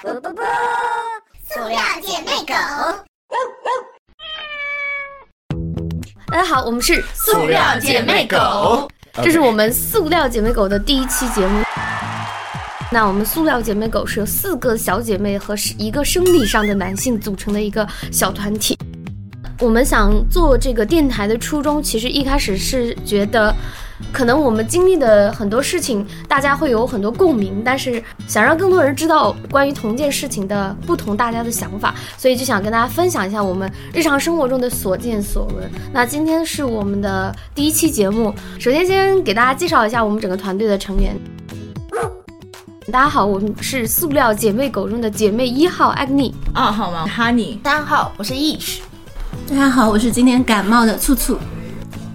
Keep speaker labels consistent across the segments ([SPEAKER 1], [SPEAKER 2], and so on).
[SPEAKER 1] 不不不，塑料姐妹狗。
[SPEAKER 2] 大家好，我们是
[SPEAKER 3] 塑料姐妹狗，
[SPEAKER 2] 这是我们塑料姐妹狗的第一期节目。那我们塑料姐妹狗是由四个小姐妹和十一个生理上的男性组成的一个小团体。我们想做这个电台的初衷，其实一开始是觉得，可能我们经历的很多事情，大家会有很多共鸣，但是想让更多人知道关于同一件事情的不同大家的想法，所以就想跟大家分享一下我们日常生活中的所见所闻。那今天是我们的第一期节目，首先先给大家介绍一下我们整个团队的成员。大家好，我们是塑料姐妹狗中的姐妹一号艾妮。
[SPEAKER 3] 二号吗？Honey，
[SPEAKER 1] 三号，我是 Each。
[SPEAKER 4] 大家好，我是今天感冒的醋醋。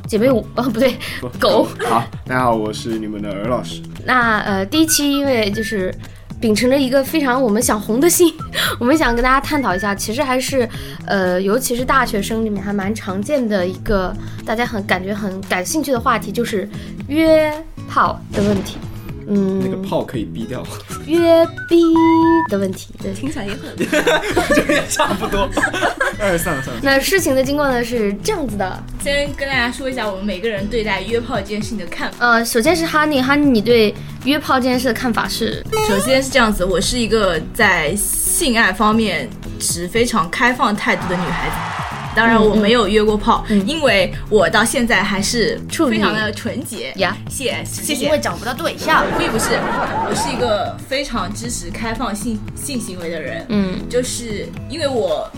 [SPEAKER 2] 姐妹五，哦不对，狗。
[SPEAKER 5] 好，大家好，我是你们的尔老师。
[SPEAKER 2] 那呃，第一期因为就是秉承着一个非常我们想红的心， 我们想跟大家探讨一下，其实还是呃，尤其是大学生里面还蛮常见的一个大家很感觉很感兴趣的话题，就是约炮的问题。嗯，
[SPEAKER 5] 那个炮可以逼掉，
[SPEAKER 2] 约逼的问题，对，
[SPEAKER 4] 听起来也很
[SPEAKER 5] 这个也差不多。哎，算了算 了，
[SPEAKER 2] 那事情的经过呢是这样子的，
[SPEAKER 3] 先跟大家说一下我们每个人对待约炮这件事情的看法。
[SPEAKER 2] 呃，首先是哈尼，哈尼，你对约炮这件事的看法是？
[SPEAKER 3] 首先是这样子，我是一个在性爱方面持非常开放态度的女孩子。当然，
[SPEAKER 2] 嗯
[SPEAKER 3] 我没有约过炮，因为我到现在还是
[SPEAKER 2] 处女
[SPEAKER 3] 非常的纯洁。
[SPEAKER 2] 呀
[SPEAKER 3] 谢谢
[SPEAKER 1] 因为
[SPEAKER 3] 谢，
[SPEAKER 1] 找不到对象，
[SPEAKER 3] 并不是，我是一个非常支持开放性性行为的人。
[SPEAKER 2] 嗯，
[SPEAKER 3] 就是因为我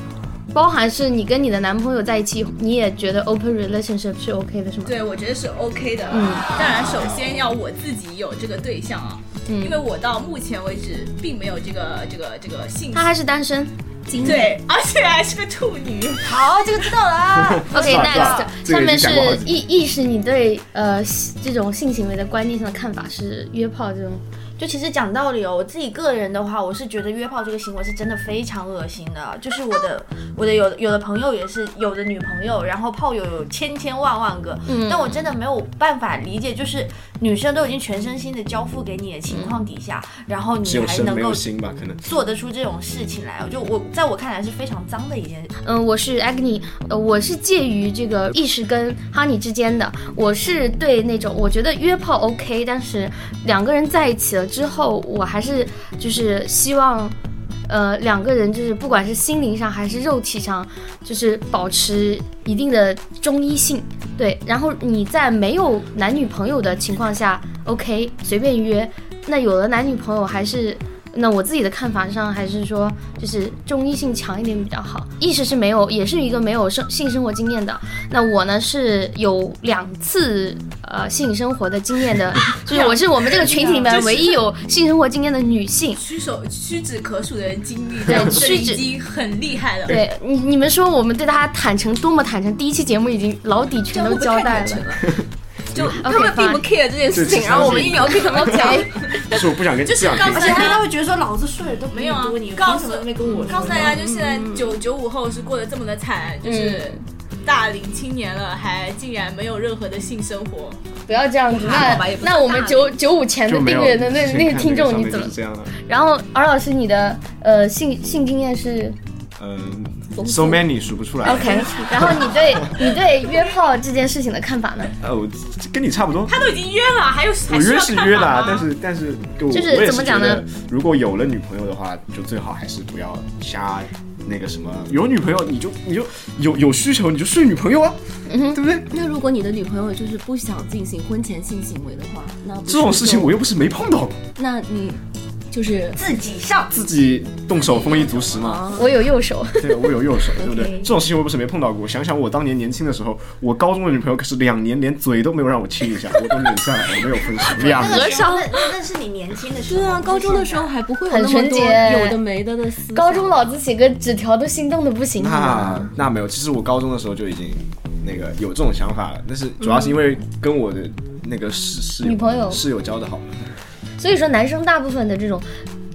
[SPEAKER 2] 包含是你跟你的男朋友在一起，你也觉得 open relationship 是 OK 的，是吗？
[SPEAKER 3] 对，我觉得是 OK 的。
[SPEAKER 2] 嗯，
[SPEAKER 3] 当然首先要我自己有这个对象啊，
[SPEAKER 2] 嗯
[SPEAKER 3] 因为我到目前为止并没有这个这个这个性。
[SPEAKER 2] 他还是单身。
[SPEAKER 4] 惊艳。
[SPEAKER 3] 对，而且还是个处女。
[SPEAKER 1] 好，这个知道了啊。
[SPEAKER 2] OK
[SPEAKER 5] 算了
[SPEAKER 2] next，
[SPEAKER 5] 算了这
[SPEAKER 2] 下面
[SPEAKER 5] 个已经讲过好
[SPEAKER 2] 是
[SPEAKER 5] 几次
[SPEAKER 2] 意意识你对呃性这种性行为的观念上的看法是约炮这种，
[SPEAKER 1] 就其实讲道理哦，我自己个人的话，我是觉得约炮这个行为是真的非常恶心的。就是我的我的有有的朋友也是有的女朋友，然后炮友有千千万万个，
[SPEAKER 2] 嗯
[SPEAKER 1] 但我真的没有办法理解，就是女生都已经全身心的交付给你的情况底下，然后
[SPEAKER 5] 只
[SPEAKER 1] 你
[SPEAKER 5] 有
[SPEAKER 1] 还
[SPEAKER 5] 神
[SPEAKER 1] 能
[SPEAKER 5] 没
[SPEAKER 1] 够
[SPEAKER 5] 有心吧？可能
[SPEAKER 1] 做得出这种事情来，就我在我看来是非常脏的一件事。
[SPEAKER 2] 嗯、我是 Agni，呃，我是介于这个意识跟 Honey 之间的，我是对那种我觉得约炮 OK，但是两个人在一起了之后，我还是就是希望。呃，两个人就是不管是心灵上还是肉体上，就是保持一定的中医性，对。然后你在没有男女朋友的情况下，OK，随便约。那有了男女朋友，还是那我自己的看法上，还是说就是中医性强一点比较好。意识是没有，也是一个没有生性生活经验的。那我呢是有两次呃性生活的经验的，就是我是我们这个群体里面唯一有性生活经验的女性。
[SPEAKER 3] 屈手屈指可数的人经历，
[SPEAKER 2] 对
[SPEAKER 3] 这
[SPEAKER 2] 屈
[SPEAKER 3] 已
[SPEAKER 2] 指
[SPEAKER 3] 经很厉害了。，
[SPEAKER 2] 对你，你们说我们对他坦诚多么坦诚？第一期节目已经老底
[SPEAKER 3] 这
[SPEAKER 2] 全
[SPEAKER 3] 样
[SPEAKER 2] 都
[SPEAKER 3] 会不会
[SPEAKER 2] 交
[SPEAKER 3] 太
[SPEAKER 2] 代
[SPEAKER 3] 坦诚
[SPEAKER 2] 了。嗯
[SPEAKER 3] 了。 就
[SPEAKER 2] OK，
[SPEAKER 3] 他们并不
[SPEAKER 2] fine
[SPEAKER 3] care 这件事情，
[SPEAKER 5] 这
[SPEAKER 3] 然后我们
[SPEAKER 5] 这
[SPEAKER 3] 一秒给他们讲。
[SPEAKER 5] 但是我不想跟
[SPEAKER 3] 就是
[SPEAKER 5] 这样
[SPEAKER 3] 刚
[SPEAKER 5] 听
[SPEAKER 3] 才
[SPEAKER 1] 而且他会觉得说老子睡的都比
[SPEAKER 3] 没
[SPEAKER 1] 你
[SPEAKER 3] 有啊
[SPEAKER 1] 多，你，凭
[SPEAKER 3] 告
[SPEAKER 1] 什
[SPEAKER 3] 诉
[SPEAKER 1] 么没跟我说？
[SPEAKER 3] 告诉大家，就现在
[SPEAKER 2] 嗯
[SPEAKER 3] 九九五后是过得这么的惨，就是大龄青年了，还竟然没有任何的性生活。
[SPEAKER 2] 不要这样子，
[SPEAKER 3] 还
[SPEAKER 2] 那
[SPEAKER 3] 好吧也不是
[SPEAKER 2] 那我们
[SPEAKER 3] 大
[SPEAKER 2] 九九五前的
[SPEAKER 5] 就没
[SPEAKER 2] 订
[SPEAKER 5] 有
[SPEAKER 2] 阅的那那个听众你
[SPEAKER 5] 就
[SPEAKER 2] 怎么
[SPEAKER 5] 是？这样了？
[SPEAKER 2] 然后洱老师，你的呃性性经验是
[SPEAKER 5] 嗯，so many 数不出来。
[SPEAKER 2] OK，然后你 对你对约炮这件事情的看法呢？
[SPEAKER 5] 呃，我跟你差不多。
[SPEAKER 3] 他都已经约了，还有
[SPEAKER 5] 我
[SPEAKER 3] 还需
[SPEAKER 5] 约
[SPEAKER 3] 要
[SPEAKER 5] 是
[SPEAKER 3] 看法
[SPEAKER 5] 约了啊
[SPEAKER 3] 吗，
[SPEAKER 5] 但是但是我
[SPEAKER 2] 就是
[SPEAKER 5] 我也
[SPEAKER 2] 怎么
[SPEAKER 5] 是
[SPEAKER 2] 讲
[SPEAKER 5] 觉
[SPEAKER 2] 呢
[SPEAKER 5] 得，如果有了女朋友的话，就最好还是不要瞎那个什么。有女朋友你就你就有有需求你就睡女朋友啊，
[SPEAKER 2] 嗯
[SPEAKER 5] 对不对？
[SPEAKER 4] 那如果你的女朋友就是不想进行婚前性行为的话，那不是
[SPEAKER 5] 这种事情
[SPEAKER 4] 就
[SPEAKER 5] 我又不是没碰到过，
[SPEAKER 4] 那你就是
[SPEAKER 1] 自己上。
[SPEAKER 5] 自己动手丰衣足食嘛。
[SPEAKER 4] 啊，
[SPEAKER 3] 嗯
[SPEAKER 2] 我有右 手，
[SPEAKER 5] 对，我有右手，对不对
[SPEAKER 4] OK
[SPEAKER 5] 这种事情我不是没碰到过。想想我当年年轻的时候，我高中的女朋友可是两年连嘴都没有让我亲一下，我都忍下来了，我没有分 手。两
[SPEAKER 1] 那
[SPEAKER 5] 年，
[SPEAKER 1] 个时候
[SPEAKER 2] 和
[SPEAKER 1] 那那是你年轻的时候。
[SPEAKER 4] 对啊，高中的时候还不会有那么
[SPEAKER 2] 很纯
[SPEAKER 4] 多
[SPEAKER 2] 洁
[SPEAKER 4] 有的没的的思想
[SPEAKER 2] 高中老子写个纸条都心动的不行。
[SPEAKER 5] 那那没有，其实我高中的时候就已经那个有这种想法了，但是主要是因为跟我的那个室室友
[SPEAKER 2] 女朋友
[SPEAKER 5] 室友交的好，
[SPEAKER 2] 所以说，男生大部分的这种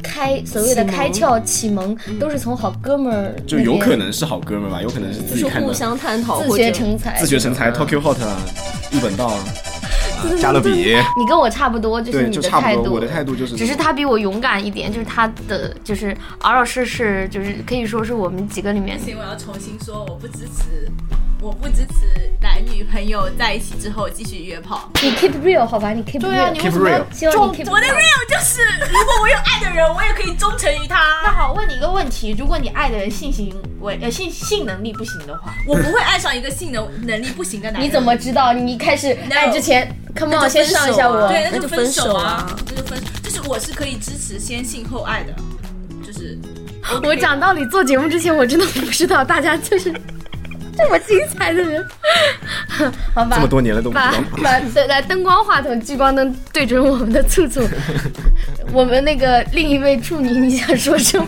[SPEAKER 2] 开所谓的
[SPEAKER 4] 启蒙
[SPEAKER 2] 开窍启蒙，都是从好哥们儿
[SPEAKER 5] 就有可能是好哥们儿吧，有可能是自
[SPEAKER 4] 就
[SPEAKER 5] 己
[SPEAKER 4] 是
[SPEAKER 5] 看
[SPEAKER 4] 互
[SPEAKER 5] 的
[SPEAKER 4] 相探讨，
[SPEAKER 2] 自学成才
[SPEAKER 5] 自。学成才 Tokyo Hot 啊，一本道啊，加勒比，
[SPEAKER 2] 你跟我差不多，就是
[SPEAKER 5] 对，
[SPEAKER 2] 你
[SPEAKER 5] 就
[SPEAKER 2] 的
[SPEAKER 5] 差
[SPEAKER 2] 态
[SPEAKER 5] 不
[SPEAKER 2] 度。
[SPEAKER 5] 多。我的态度就是，
[SPEAKER 2] 只
[SPEAKER 3] 嗯
[SPEAKER 2] 是他比我勇敢一点，就是他的就是敖老师是就是可以说是我们几个里面
[SPEAKER 3] 不行，我要重新说，我不支持，我不支持男女朋友在一起之后继续约炮。
[SPEAKER 2] 你 keep real 好吧，你 keep real，
[SPEAKER 1] 对啊，你为
[SPEAKER 5] keep
[SPEAKER 1] 什么要
[SPEAKER 5] real
[SPEAKER 2] 希望你 keep
[SPEAKER 3] 我的
[SPEAKER 2] real
[SPEAKER 3] real 就是，如果我有爱的人，我也可以忠诚于
[SPEAKER 1] 那
[SPEAKER 3] 他。
[SPEAKER 1] 好，问你一个问题：如果你爱的人性行为呃性性能力不行的话，
[SPEAKER 3] 我不会爱上一个性能能力不行的男人。
[SPEAKER 2] 你怎么知道？你一开始爱之前，come
[SPEAKER 3] 那
[SPEAKER 2] on，
[SPEAKER 3] 就
[SPEAKER 2] 先
[SPEAKER 3] 分手啊
[SPEAKER 2] 上一下我。
[SPEAKER 3] 对，
[SPEAKER 4] 那
[SPEAKER 3] 就
[SPEAKER 4] 就
[SPEAKER 3] 分
[SPEAKER 4] 分
[SPEAKER 3] 手
[SPEAKER 4] 手
[SPEAKER 3] 啊
[SPEAKER 4] 啊，
[SPEAKER 3] 那就分手。就是我是可以支持先性后爱的，就是
[SPEAKER 2] 我讲道理，做节目之前我真的不知道大家就是这么精彩的人， 好吧？
[SPEAKER 5] 这么多年了都不知
[SPEAKER 2] 把
[SPEAKER 5] 道。
[SPEAKER 2] 把对来灯光话筒聚光灯对准我们的醋醋，我们那个另一位处女，你想说什么？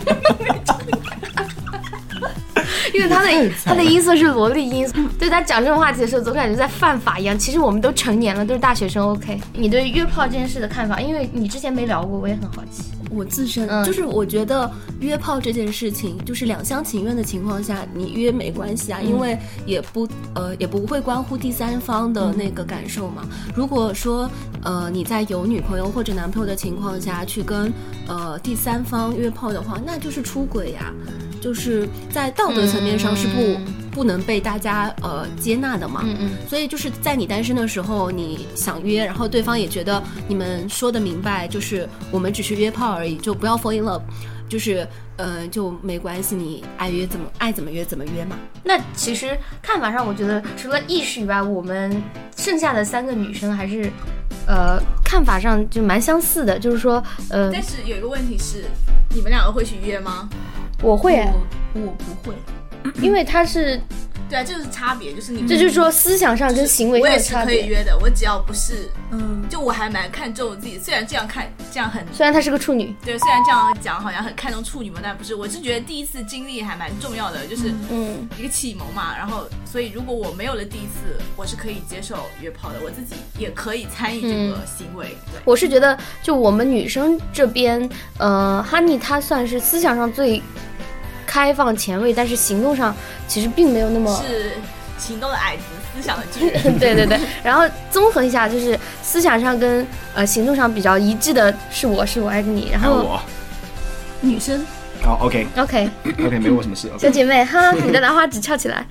[SPEAKER 2] 因为他的他的音色是萝莉音，对他讲这种话题的时候，总感觉在犯法一样。其实我们都成年了，都是大学生。OK，你对约炮这件事的看法？因为你之前没聊过，我也很好奇。
[SPEAKER 4] 我自身、
[SPEAKER 2] 嗯
[SPEAKER 4] 就是我觉得约炮这件事情，就是两厢情愿的情况下，你约没关系啊，因为也不呃也不会关乎第三方的那个感受嘛。如果说呃你在有女朋友或者男朋友的情况下去跟呃第三方约炮的话，那就是出轨呀、就是在道德层面上是不、不能被大家呃接纳的嘛。
[SPEAKER 2] 嗯。
[SPEAKER 4] 所以就是在你单身的时候，你想约，然后对方也觉得你们说的明白，就是我们只是约炮而已，就不要 fall in love，就是呃就没关系，你爱约怎么爱怎么约怎么约嘛。
[SPEAKER 2] 那其实看法上，我觉得除了意识以外，我们剩下的三个女生还是，呃，看法上就蛮相似的。就是说，呃，
[SPEAKER 3] 但是有一个问题是，你们两个会去约吗？
[SPEAKER 2] 我会，
[SPEAKER 4] 我我不会，
[SPEAKER 2] 因为她是，
[SPEAKER 3] 对啊，这就是差别，就是你们
[SPEAKER 2] 这就是说思想上跟行为
[SPEAKER 3] 我
[SPEAKER 2] 上
[SPEAKER 3] 也
[SPEAKER 2] 的
[SPEAKER 3] 是
[SPEAKER 2] 差
[SPEAKER 3] 可以
[SPEAKER 2] 别。
[SPEAKER 3] 约的，我只要不是，
[SPEAKER 4] 嗯，
[SPEAKER 3] 就我还蛮看重我自己，虽然这样看这样很
[SPEAKER 2] 虽然她是个处女，
[SPEAKER 3] 对，虽然这样讲好像很看重处女嘛，但不是，我是觉得第一次经历还蛮重要的，就是
[SPEAKER 2] 嗯，
[SPEAKER 3] 一个启蒙嘛。然后，所以如果我没有了第一次，我是可以接受约炮的，我自己也可以参与这
[SPEAKER 4] 嗯
[SPEAKER 3] 个行为。对，
[SPEAKER 2] 我是觉得就我们女生这边，呃，哈尼她算是思想上最开放前卫，但是行动上其实并没有那么
[SPEAKER 3] 是行动的矮子，思想的巨 人。
[SPEAKER 2] 对对对，然后综合一下，就是思想上跟呃行动上比较一致的是我是我爱着你，然
[SPEAKER 5] 还有
[SPEAKER 2] 后
[SPEAKER 5] 我，
[SPEAKER 4] 女生
[SPEAKER 2] 嗯
[SPEAKER 5] 哦，OK，OK，、
[SPEAKER 2] OK
[SPEAKER 5] 没我什么事。
[SPEAKER 2] 小
[SPEAKER 5] OK，
[SPEAKER 2] 姐妹，哈，你的兰花指翘起来。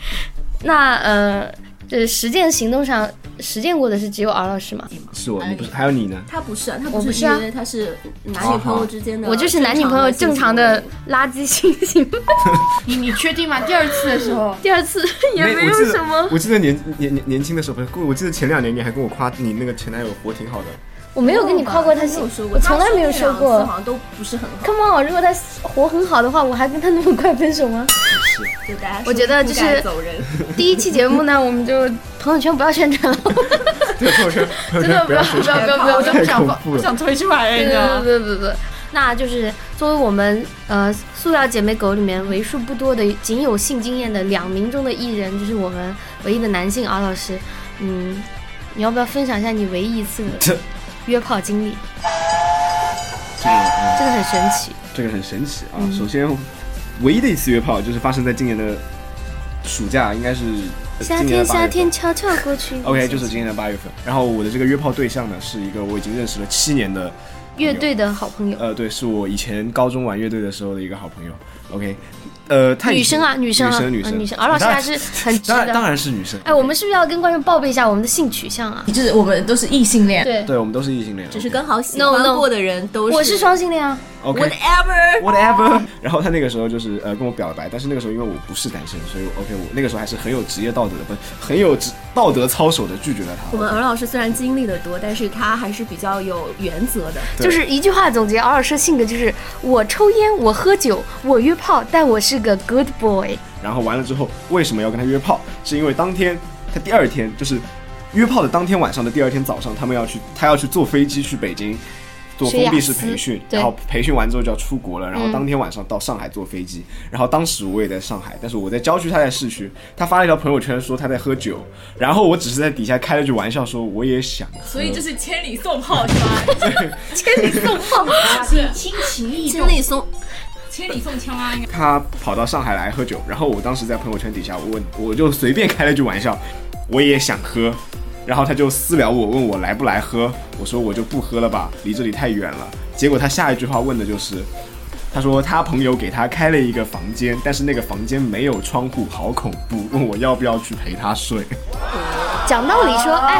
[SPEAKER 2] 那呃，就是实践行动上实践过的是只有敖老师吗？
[SPEAKER 5] 是我，你
[SPEAKER 2] 哎
[SPEAKER 5] 不是还有你呢？
[SPEAKER 4] 他不是啊，他
[SPEAKER 2] 我
[SPEAKER 4] 不
[SPEAKER 2] 不是啊
[SPEAKER 4] 约，他是男
[SPEAKER 5] 哦
[SPEAKER 4] 女朋友之间的，
[SPEAKER 2] 我就是男女朋友啊正常的垃圾性行为，，
[SPEAKER 1] 你你确定吗？第二次的时候
[SPEAKER 2] 第二次也
[SPEAKER 5] 没
[SPEAKER 2] 没
[SPEAKER 5] 我
[SPEAKER 2] 有
[SPEAKER 5] 记得
[SPEAKER 2] 什么，
[SPEAKER 5] 我记得年年年年轻的时候，不是，我记得前两年你还跟我夸你那个前男友活挺好的，
[SPEAKER 2] 我没有跟你夸过他
[SPEAKER 4] 他
[SPEAKER 2] 行
[SPEAKER 4] 有说，过，
[SPEAKER 2] 我从来没有
[SPEAKER 4] 他
[SPEAKER 2] 说
[SPEAKER 4] 说那两次
[SPEAKER 2] 过
[SPEAKER 4] 好。像都不是很好。
[SPEAKER 2] Come on，如果他活很好的话，我还跟他那么快分手吗？
[SPEAKER 3] 对大家说
[SPEAKER 2] 我觉得就是
[SPEAKER 3] 不该走人，
[SPEAKER 2] 第一期节目呢，我们就朋友圈不要宣传了，
[SPEAKER 5] 对，朋友圈，朋
[SPEAKER 2] 真的
[SPEAKER 5] 友圈不
[SPEAKER 2] 不要
[SPEAKER 5] 要说
[SPEAKER 2] 不要不要不要，
[SPEAKER 1] 我
[SPEAKER 5] 太
[SPEAKER 1] 都不想
[SPEAKER 5] 恐
[SPEAKER 1] 放，
[SPEAKER 5] 怖 了
[SPEAKER 1] 不想推出来，欸你知道
[SPEAKER 2] 不
[SPEAKER 1] 吗？
[SPEAKER 2] 不不不不，那就是作为我们呃塑料姐妹狗里面为数不多的呃仅有性经验的两名中的一人，就是我们唯一的男性啊敖老师。嗯，你要不要分享一下你唯一一次的约炮经历？
[SPEAKER 5] 这个嗯
[SPEAKER 2] 真的很神奇。
[SPEAKER 5] 这个很神奇啊！
[SPEAKER 2] 嗯
[SPEAKER 5] 首先，唯一的一次约炮就是发生在今年的暑假，应该是呃
[SPEAKER 2] 夏
[SPEAKER 5] 今年
[SPEAKER 2] 天，
[SPEAKER 5] 的八
[SPEAKER 2] 夏
[SPEAKER 5] 月
[SPEAKER 2] 天
[SPEAKER 5] 份。
[SPEAKER 2] 悄悄过去。
[SPEAKER 5] OK，就是今年的八月份。然后我的这个约炮对象呢，是一个我已经认识了七年的
[SPEAKER 2] 乐队的好朋友，
[SPEAKER 5] 呃，对，是我以前高中玩乐队的时候的一个好朋友。OK，呃，他已
[SPEAKER 2] 女生啊，女生啊，
[SPEAKER 5] 女生
[SPEAKER 2] 女
[SPEAKER 5] 女生
[SPEAKER 2] 女生。敖老师
[SPEAKER 5] 当
[SPEAKER 2] 还
[SPEAKER 5] 然
[SPEAKER 2] 是很直
[SPEAKER 5] 当然当
[SPEAKER 2] 的。
[SPEAKER 5] 然是女生。
[SPEAKER 2] 哎，我们是不是要跟观众报备一下我们的性取向啊？
[SPEAKER 3] 就是我们都是异性恋。
[SPEAKER 2] 对，
[SPEAKER 5] 对我们都是异性恋，
[SPEAKER 4] 只是跟好喜
[SPEAKER 2] No,
[SPEAKER 4] 欢
[SPEAKER 2] no
[SPEAKER 4] 过的人都
[SPEAKER 2] 我是双性恋啊。
[SPEAKER 5] OK
[SPEAKER 3] Whatever，
[SPEAKER 5] whatever。然 后他那个时候就是呃跟我表白，但是那个时候因为我不是单身，所以我 OK，我那个时候还是很有职业道德的，不是很有职道德操守的拒绝了他。
[SPEAKER 4] 我们尔老师虽然经历的多，但是他还是比较有原则的。
[SPEAKER 5] 对
[SPEAKER 2] 就是一句话总结敖老师性格，就是我抽烟，我喝酒，我约炮，但我是个 good boy。
[SPEAKER 5] 然后完了之后，为什么要跟他约炮？是因为当天他第二天就是约炮的当天晚上的第二天早上，他们要去，他要去坐飞机去北京做封闭式培
[SPEAKER 2] 学
[SPEAKER 5] 训
[SPEAKER 2] 雅，思对
[SPEAKER 5] 然后培训完之后就要出国了，然后当天晚上到上海坐飞机。然后当时我也在上海，但是我在郊区，他在市区。他发了一条朋友圈说他在喝酒，然后我只是在底下开了句玩笑说我也想喝，
[SPEAKER 3] 所以就是千里送炮是吧？
[SPEAKER 1] 礼轻情意
[SPEAKER 4] 心
[SPEAKER 1] 重，
[SPEAKER 4] 里松
[SPEAKER 3] 千里送枪啊，应该。
[SPEAKER 5] 他跑到上海来喝酒，然后我当时在朋友圈底下，我我就随便开了句玩笑，我也想喝，然后他就私聊我，问我来不来喝，我说我就不喝了吧，离这里太远了。结果他下一句话问的就是，他说他朋友给他开了一个房间，但是那个房间没有窗户，好恐怖，问我要不要去陪他睡。
[SPEAKER 2] 讲道理说，哎，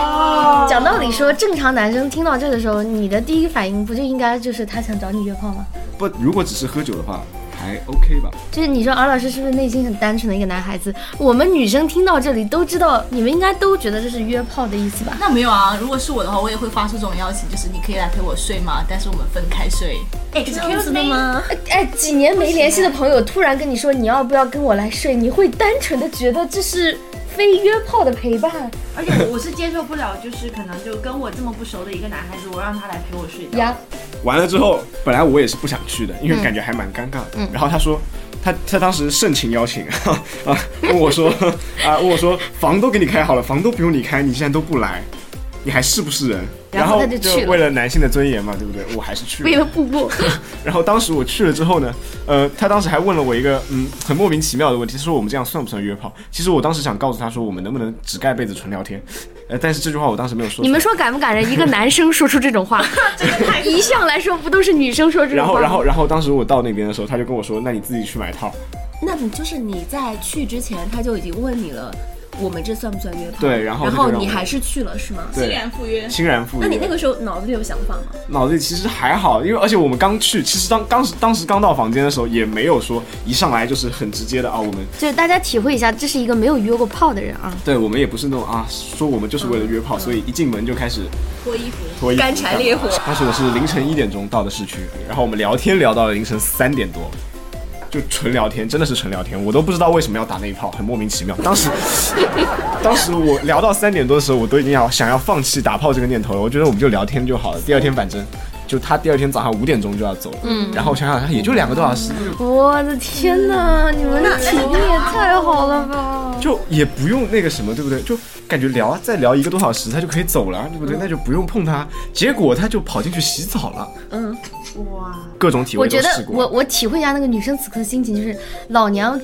[SPEAKER 2] 讲道理说，正常男生听到这个时候，你的第一反应不就应该就是他想找你约炮吗？
[SPEAKER 5] 不，如果只是喝酒的话，还 OK 吧？
[SPEAKER 2] 就是你说敖老师是不是内心很单纯的一个男孩子？我们女生听到这里都知道，你们应该都觉得这是约炮的意思吧？
[SPEAKER 3] 那没有啊，如果是我的话，我也会发出这种邀请，就是你可以来陪我睡吗？但是我们分开睡。
[SPEAKER 1] Excuse me，
[SPEAKER 2] 哎哎，几年没联系的朋友突然跟你说你要不要跟我来睡，你会单纯的觉得这是非约炮的陪伴
[SPEAKER 1] 而且我是接受不了，就是可能就跟我这么不熟的一个男孩子，我让他来陪我睡觉。
[SPEAKER 2] 呀？
[SPEAKER 5] 完了之后，本来我也是不想去的，因为感觉还蛮尴尬的。
[SPEAKER 2] 嗯
[SPEAKER 5] 然后他说，他他当时盛情邀请 啊，问我说啊，问我说房都给你开好了，房都不用你开，你现在都不来，你还是不是人？然
[SPEAKER 2] 然后他
[SPEAKER 5] 后
[SPEAKER 2] 就去了
[SPEAKER 5] 为了男性的尊严嘛，对不对？我还是去了。
[SPEAKER 2] 为了瀑布，
[SPEAKER 5] 然后当时我去了之后呢，呃，他当时还问了我一个嗯很莫名其妙的问题，他说我们这样算不算约炮？其实我当时想告诉他说我们能不能只盖被子纯聊天，呃，但是这句话我当时没有说出来。
[SPEAKER 2] 你们说敢不敢人？一个男生说出这种话，一向来说不都是女生说这种
[SPEAKER 5] 然
[SPEAKER 2] 话吗？
[SPEAKER 5] 后，然后，然后，当时我到那边的时候，他就跟我说：“那你自己去买套。
[SPEAKER 4] 那你就是你在去之前他就已经问你了，我们这算不算约炮？
[SPEAKER 5] 对然后
[SPEAKER 4] 然
[SPEAKER 5] 他就
[SPEAKER 4] 后
[SPEAKER 5] 让
[SPEAKER 4] 你
[SPEAKER 5] 我
[SPEAKER 4] 还是去了是吗”？
[SPEAKER 5] 对，
[SPEAKER 3] 赴约，
[SPEAKER 5] 欣然赴约。
[SPEAKER 4] 那你那个时候脑子里有想法吗？
[SPEAKER 5] 脑子里其实还好，因为而且我们刚去，其实当当时当时刚到房间的时候，也没有说一上来就是很直接的啊，我们
[SPEAKER 2] 就是大家体会一下，这是一个没有约过炮的人啊。
[SPEAKER 5] 对我们也不是那种啊，说我们就是为了约炮，所以一进门就开始
[SPEAKER 3] 嗯脱衣服。
[SPEAKER 5] 脱衣服
[SPEAKER 3] 干柴烈火。
[SPEAKER 5] 当时我是凌晨一点钟到的市区，然后我们聊天聊到了凌晨三点多。就纯聊天，真的是纯聊天，我都不知道为什么要打那一炮，很莫名其妙。当时， 当时我聊到三点多的时候，我都已经要想要放弃打炮这个念头了。我觉得我们就聊天就好了。第二天反正就他第二天早上五点钟就要走，嗯，然后我想想也就两个多小时，
[SPEAKER 2] 我的天哪，你们的体力也太好了吧！
[SPEAKER 5] 就也不用那个什么，对不对？就感觉聊啊再聊一个多小时，他就可以走了，对不对？那就不用碰他。结果他就跑进去洗澡了，
[SPEAKER 1] 哇，
[SPEAKER 5] 各种体
[SPEAKER 2] 我
[SPEAKER 5] 位都
[SPEAKER 2] 觉得
[SPEAKER 5] 试过。
[SPEAKER 2] 我我体会一下那个女生此刻的心情，就是老娘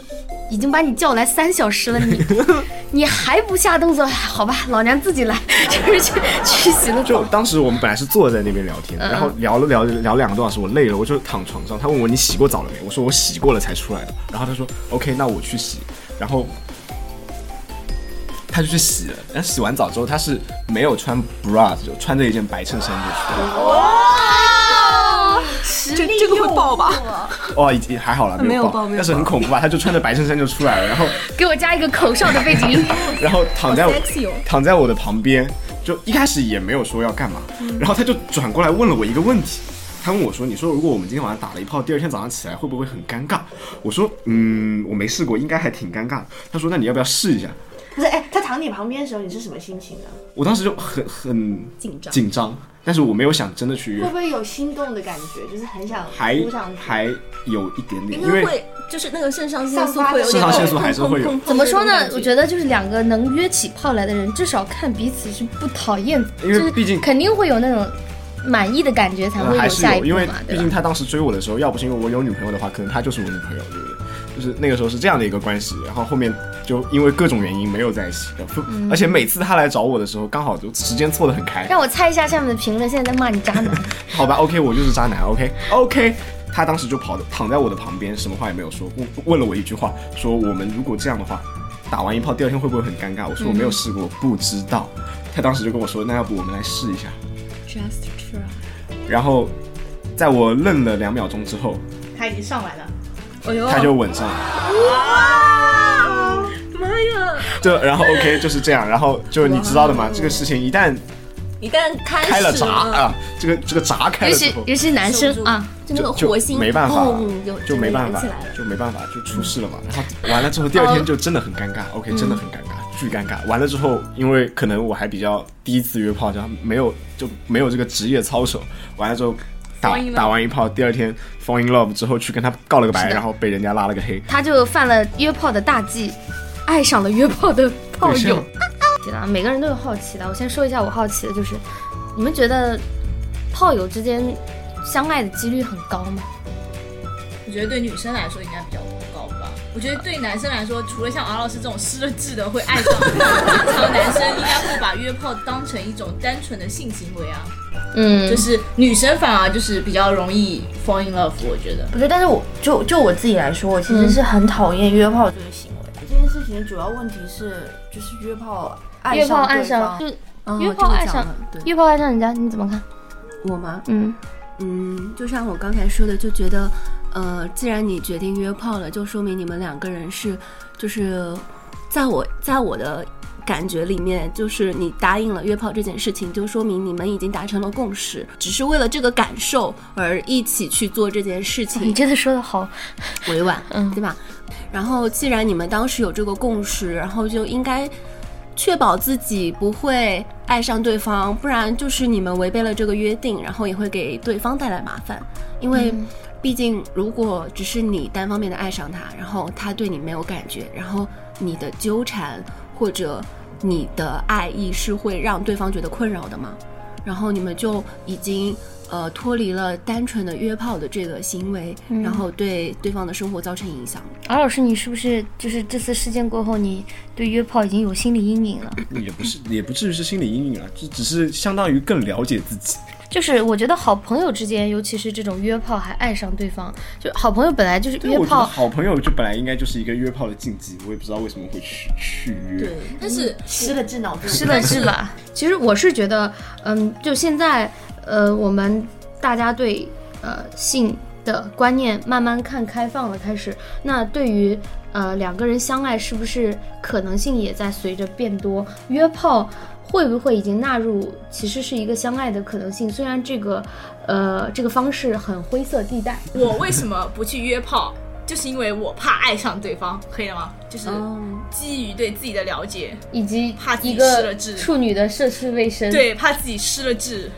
[SPEAKER 2] 已经把你叫来三小时了，你你还不下动作，哎好吧，老娘自己来，就是去去洗个
[SPEAKER 5] 就
[SPEAKER 2] 澡。
[SPEAKER 5] 当时我们本来是坐在那边聊天，然后聊了聊聊两个多小时，我累了，我就躺床上。他问我你洗过澡了没？我说我洗过了才出来的。然后他说 OK，那我去洗。然后他就去洗了。然后洗完澡之后，他是没有穿 bra，就穿着一件白衬衫就去了。
[SPEAKER 3] 这这个会爆吧？
[SPEAKER 5] 哦哇，已经还好了，没有爆，但是很恐怖啊！他就穿着白衬衫就出来了，然后
[SPEAKER 2] 给我加一个口哨的背景音，
[SPEAKER 5] 然后躺在我
[SPEAKER 4] 好 sexy 哦
[SPEAKER 5] 躺在我的旁边，就一开始也没有说要干嘛，
[SPEAKER 4] 嗯
[SPEAKER 5] 然后他就转过来问了我一个问题，他问我说：“你说如果我们今天晚上打了一炮，第二天早上起来会不会很尴尬？”我说：“嗯，我没试过，应该还挺尴尬的。”他说：“那你要不要试一下
[SPEAKER 1] 他说哎，他躺你旁边的时候，你是什么心情啊？？”
[SPEAKER 5] 我当时就很很
[SPEAKER 4] 紧张
[SPEAKER 5] 紧张，但是我没有想真的去约
[SPEAKER 1] 会不，会有心动的感觉？就是很想
[SPEAKER 5] 还
[SPEAKER 1] 扑上去。
[SPEAKER 5] 还有一点点，
[SPEAKER 4] 应
[SPEAKER 5] 因
[SPEAKER 4] 该
[SPEAKER 5] 为
[SPEAKER 4] 会，就是那个肾上腺
[SPEAKER 1] 散
[SPEAKER 4] 素
[SPEAKER 1] 发
[SPEAKER 4] 会有点
[SPEAKER 1] 的
[SPEAKER 5] 肾上腺素还是会有
[SPEAKER 4] 砰砰砰砰
[SPEAKER 2] 怎么说呢
[SPEAKER 4] 这？种
[SPEAKER 2] 我
[SPEAKER 4] 感
[SPEAKER 2] 觉得就是两个能约起炮来的人，至少看彼此是不讨厌，
[SPEAKER 5] 因为
[SPEAKER 2] 就是
[SPEAKER 5] 毕竟
[SPEAKER 2] 肯定会有那种满意的感觉，才
[SPEAKER 5] 呃
[SPEAKER 2] 嗯会
[SPEAKER 5] 还是
[SPEAKER 2] 下一
[SPEAKER 5] 有，
[SPEAKER 2] 步
[SPEAKER 5] 因为
[SPEAKER 2] 嘛，
[SPEAKER 5] 毕
[SPEAKER 2] 对吧
[SPEAKER 5] 竟？他当时追我的时候，要不是因为我有女朋友的话，可能他就是我女朋友，对不对？就是那个时候是这样的一个关系，然后后面就因为各种原因没有在一起，
[SPEAKER 2] 嗯
[SPEAKER 5] 而且每次他来找我的时候，刚好就时间错得很开。
[SPEAKER 2] 让我猜一下下面的评论，现在在骂你渣男。
[SPEAKER 5] 好吧，OK，我就是渣男，OK OK。他当时就跑的躺在我的旁边，什么话也没有说，问问了我一句话，说我们如果这样的话，打完一炮第二天会不会很尴尬？我说我没
[SPEAKER 2] 嗯
[SPEAKER 5] 有试过，不知道。他当时就跟我说，那要不我们来试一下。
[SPEAKER 4] 觉 just try，
[SPEAKER 5] 然后，在我愣了两秒钟之后，
[SPEAKER 1] 他已经上来了，
[SPEAKER 4] 哎呦，
[SPEAKER 5] 他就吻上了。
[SPEAKER 4] 妈呀！
[SPEAKER 5] 就然后 OK 就是这样，然后就你知道的嘛，这个事情一旦
[SPEAKER 4] 一旦开
[SPEAKER 5] 开了
[SPEAKER 4] 始
[SPEAKER 5] 闸啊，这个这个闸开
[SPEAKER 2] 尤
[SPEAKER 5] 了之
[SPEAKER 2] 其
[SPEAKER 5] 后，
[SPEAKER 2] 尤其男
[SPEAKER 4] 收
[SPEAKER 2] 生
[SPEAKER 4] 住
[SPEAKER 2] 啊，
[SPEAKER 4] 就那个
[SPEAKER 5] 就
[SPEAKER 4] 火星
[SPEAKER 5] 没办法了
[SPEAKER 4] 砰就，
[SPEAKER 5] 就没办法
[SPEAKER 4] 就燃起来，了
[SPEAKER 5] 就没办法，就出事了嘛。然后完了之后，第二天就真的很尴尬，OK，真
[SPEAKER 4] 嗯
[SPEAKER 5] 的很尴尬，巨尴尬。完了之后，因为可能我还比较第一次约炮，然后没有就没有这个职业操守，完了之后。打
[SPEAKER 3] Fall in love
[SPEAKER 5] 打完一炮，第二天 fall in love 之后去跟他告了个白，然后被人家拉了个黑。
[SPEAKER 2] 他就犯了约炮的大忌，爱上了约炮的炮
[SPEAKER 5] 对是
[SPEAKER 2] 友
[SPEAKER 5] 吗。
[SPEAKER 2] 对啊，每个人都有好奇的。我先说一下我好奇的就是，你们觉得炮友之间相爱的几率很高吗？
[SPEAKER 3] 我觉得对女生来说应该比较高吧。我觉得对男生来说，除了像敖老师这种失了智的会爱上， 正常男生应该会把约炮当成一种单纯的性行为啊。
[SPEAKER 2] 嗯，
[SPEAKER 3] 就是女生反而就是比较容易 fall in love，我觉得。
[SPEAKER 1] 不是，但是我就就我自己来说，我其实是很讨厌约炮这个行为。这件事情的主要问题是，就是约炮爱
[SPEAKER 2] 约炮爱
[SPEAKER 1] 对
[SPEAKER 2] 上
[SPEAKER 1] 方
[SPEAKER 2] 就
[SPEAKER 4] 哦
[SPEAKER 2] 约
[SPEAKER 4] 这
[SPEAKER 2] 炮
[SPEAKER 4] 个
[SPEAKER 2] 爱
[SPEAKER 4] 讲
[SPEAKER 2] 上
[SPEAKER 4] 了对
[SPEAKER 2] 约炮爱上人家，你怎么看？
[SPEAKER 4] 我吗？
[SPEAKER 2] 嗯
[SPEAKER 4] 嗯，就像我刚才说的，就觉得，呃，既然你决定约炮了，就说明你们两个人是，就是，在我在我的感觉里面，就是你答应了约炮这件事情，就说明你们已经达成了共识，只是为了这个感受而一起去做这件事情。
[SPEAKER 2] 你真的说的好，
[SPEAKER 4] 委婉，
[SPEAKER 2] 嗯
[SPEAKER 4] 对吧？然后既然你们当时有这个共识，然后就应该确保自己不会爱上对方，不然就是你们违背了这个约定，然后也会给对方带来麻烦。因为毕竟如果只是你单方面的爱上他，然后他对你没有感觉，然后你的纠缠或者你的爱意是会让对方觉得困扰的嘛？然后你们就已经呃脱离了单纯的约炮的这个行为，
[SPEAKER 2] 嗯
[SPEAKER 4] 然后对对方的生活造成影响。
[SPEAKER 2] 敖老师，你是不是就是这次事件过后，你对约炮已经有心理阴影了？
[SPEAKER 5] 也不是也不至于是心理阴影啊，就只是相当于更了解自己。
[SPEAKER 2] 就是我觉得好朋友之间，尤其是这种约炮还爱上对方，就好朋友本来就是
[SPEAKER 5] 对
[SPEAKER 2] 约
[SPEAKER 5] 我觉得
[SPEAKER 2] 炮，
[SPEAKER 5] 好朋友就本来应该就是一个约炮的禁忌，我也不知道为什么会去去约。
[SPEAKER 3] 但是
[SPEAKER 1] 嗯失了智脑子，
[SPEAKER 2] 嗯是的，是的。其实我是觉得，嗯，就现在，呃，我们大家对呃性的观念慢慢看开放了，开始。那对于呃两个人相爱，是不是可能性也在随着变多？约炮会不会已经纳入其实是一个相爱的可能性？虽然这个呃这个方式很灰色地带，
[SPEAKER 3] 我为什么不去约炮，就是因为我怕爱上对方，可以了吗？就是
[SPEAKER 2] 哦
[SPEAKER 3] 基于对自己的了解，
[SPEAKER 2] 以及
[SPEAKER 3] 怕自己
[SPEAKER 2] 一
[SPEAKER 3] 失
[SPEAKER 2] 个
[SPEAKER 3] 了智
[SPEAKER 2] 处女的涉世未深。，
[SPEAKER 3] 对，怕自己失了智。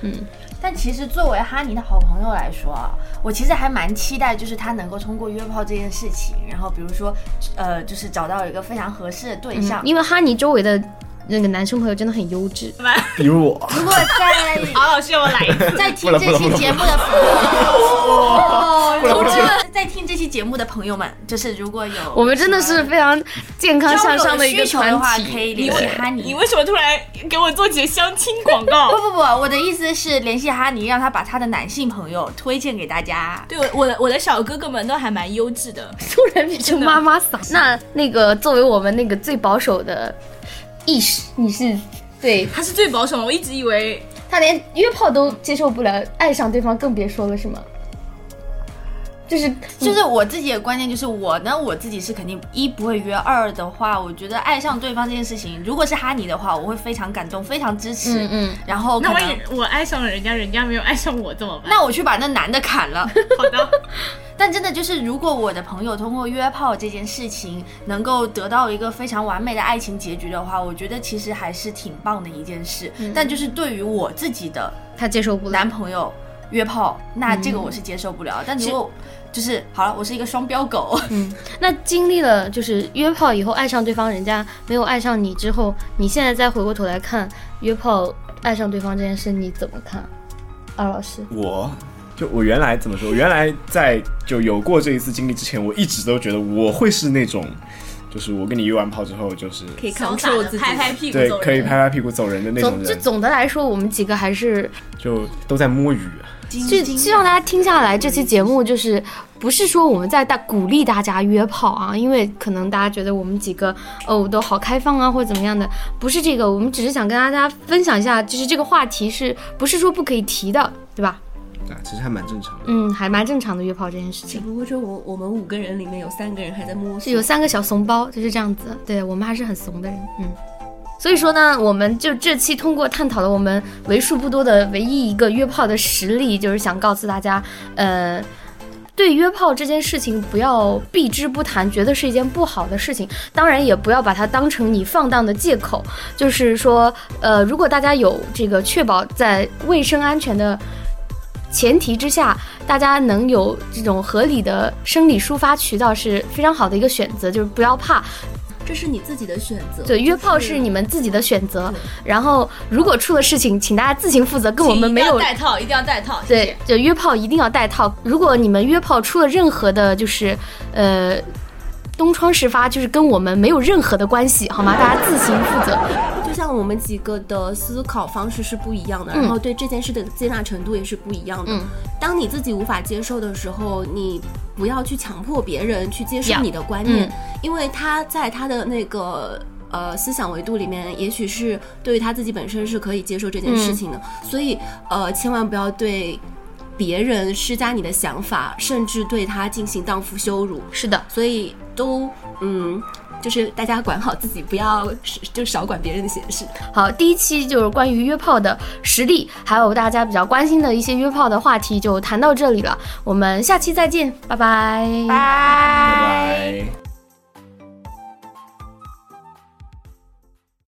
[SPEAKER 1] 但其实作为哈尼的好朋友来说啊，我其实还蛮期待，就是他能够通过约炮这件事情，然后比如说，呃，就是找到一个非常合适的对象。
[SPEAKER 2] 因为哈尼周围的那个男生朋友真的很优质。
[SPEAKER 5] 比如我，
[SPEAKER 1] 如果在
[SPEAKER 3] 敖老师，要不要来一 次？
[SPEAKER 1] 在听
[SPEAKER 5] 不了不
[SPEAKER 1] 这
[SPEAKER 5] 了
[SPEAKER 1] 期
[SPEAKER 5] 不了
[SPEAKER 1] 节目的朋友们，同志们，在听这期节目的朋友们，就是如果有
[SPEAKER 2] 我们真的是非常健康向上一个
[SPEAKER 1] 需求的
[SPEAKER 2] 团
[SPEAKER 1] 话，可
[SPEAKER 2] 体。
[SPEAKER 1] 以联系哈尼。
[SPEAKER 3] 你为什么突然给我做起了相亲广
[SPEAKER 1] 不
[SPEAKER 3] 告？
[SPEAKER 1] 不不，我的意思是联系哈尼，让他把他的男性朋友推荐给大家。
[SPEAKER 3] 对，我我的我的小哥哥们都还蛮优质的，
[SPEAKER 2] 突然变成妈妈嗓。那那个作为我们那个最保守的意识，你是对
[SPEAKER 3] 他是最保守的。我一直以为
[SPEAKER 2] 他连约炮都接受不了，爱上对方更别说了，是吗？就是
[SPEAKER 1] 就是我自己的观念，就是我呢，我自己是肯定一不会约，二的话，我觉得爱上对方这件事情，如果是哈尼的话，我会非常感动，非常支持。
[SPEAKER 2] 嗯嗯，
[SPEAKER 1] 然后
[SPEAKER 3] 那
[SPEAKER 1] 可
[SPEAKER 3] 万
[SPEAKER 1] 能
[SPEAKER 3] 一我爱上了人家，人家没有爱上我怎么办？
[SPEAKER 1] 那我去把那男的砍 了。
[SPEAKER 3] 好的，
[SPEAKER 1] 但真的就是，如果我的朋友通过约炮这件事情能够得到一个非常完美的爱情结局的话，我觉得其实还是挺棒的一件事。
[SPEAKER 2] 嗯
[SPEAKER 1] 但就是对于我自己的
[SPEAKER 2] 他接受不了。
[SPEAKER 1] 男朋友约炮，那这个
[SPEAKER 2] 嗯
[SPEAKER 1] 我是接受不了。但如果就是好了，我是一个双标狗，
[SPEAKER 2] 那经历了就是约炮以后爱上对方，人家没有爱上你之后，你现在再回过头来看约炮爱上对方这件事，你怎么看？二老师，
[SPEAKER 5] 我就我原来怎么说？我原来在就有过这一次经历之前，我一直都觉得我会是那种，就是我跟你约完炮之后，就是
[SPEAKER 3] 可以
[SPEAKER 4] 控制自己
[SPEAKER 3] 拍拍屁股
[SPEAKER 5] 对
[SPEAKER 3] 走
[SPEAKER 5] 可以
[SPEAKER 3] 人。
[SPEAKER 5] 拍拍屁股走人的那种
[SPEAKER 2] 总就
[SPEAKER 5] 人，
[SPEAKER 2] 总的来说，我们几个还是
[SPEAKER 5] 就都在摸鱼。啊
[SPEAKER 2] 就就让大家听下来，这期节目就是不是说我们在大鼓励大家约炮啊，因为可能大家觉得我们几个哦都好开放啊或者怎么样的，不是这个，我们只是想跟大家分享一下，就是这个话题是不是说不可以提的，对吧？
[SPEAKER 5] 啊，其实还蛮正常的。
[SPEAKER 2] 嗯，还蛮正常的约炮这件事情。
[SPEAKER 4] 不过就我我们五个人里面有三个人还在摸
[SPEAKER 2] 是有三个小怂包，就是这样子。对我们还是很怂的人，嗯。所以说呢，我们就这期通过探讨了我们为数不多的唯一一个约炮的实例，就是想告诉大家，呃，对约炮这件事情不要避之不谈，觉得是一件不好的事情。当然也不要把它当成你放荡的借口。就是说，呃，如果大家有这个确保在卫生安全的前提之下，大家能有这种合理的生理抒发渠道是非常好的一个选择，就是不要怕。
[SPEAKER 4] 这是你自己的选择。
[SPEAKER 2] 对，约炮是你们自己的选择
[SPEAKER 4] 对。
[SPEAKER 2] 然后如果出了事情，请大家自行负责，跟
[SPEAKER 3] 请
[SPEAKER 2] 我们没
[SPEAKER 3] 一定
[SPEAKER 2] 有
[SPEAKER 3] 要带套，一定要带套。谢谢
[SPEAKER 2] 对，，就约炮一定要带套。如果你们约炮出了任何的，就是呃东窗事发就是跟我们没有任何的关系，好吗？大家自行负责。
[SPEAKER 4] 就像我们几个的思考方式是不一样的，然后对这件事的接纳程度也是不一样的。
[SPEAKER 2] 嗯
[SPEAKER 4] 当你自己无法接受的时候，你不要去强迫别人去接受
[SPEAKER 2] Yeah
[SPEAKER 4] 你的观念，因为他在他的那个。呃，思想维度里面，也许是对于他自己本身是可以接受这件事情的，所以呃，千万不要对别人施加你的想法，甚至对他进行荡妇羞辱。
[SPEAKER 2] 是的，
[SPEAKER 4] 所以都嗯，就是大家管好自己，不要就少管别人的闲事。
[SPEAKER 2] 好，第一期就是关于约炮的实例，还有大家比较关心的一些约炮的话题，就谈到这里了。我们下期再见，拜拜。
[SPEAKER 5] 拜拜。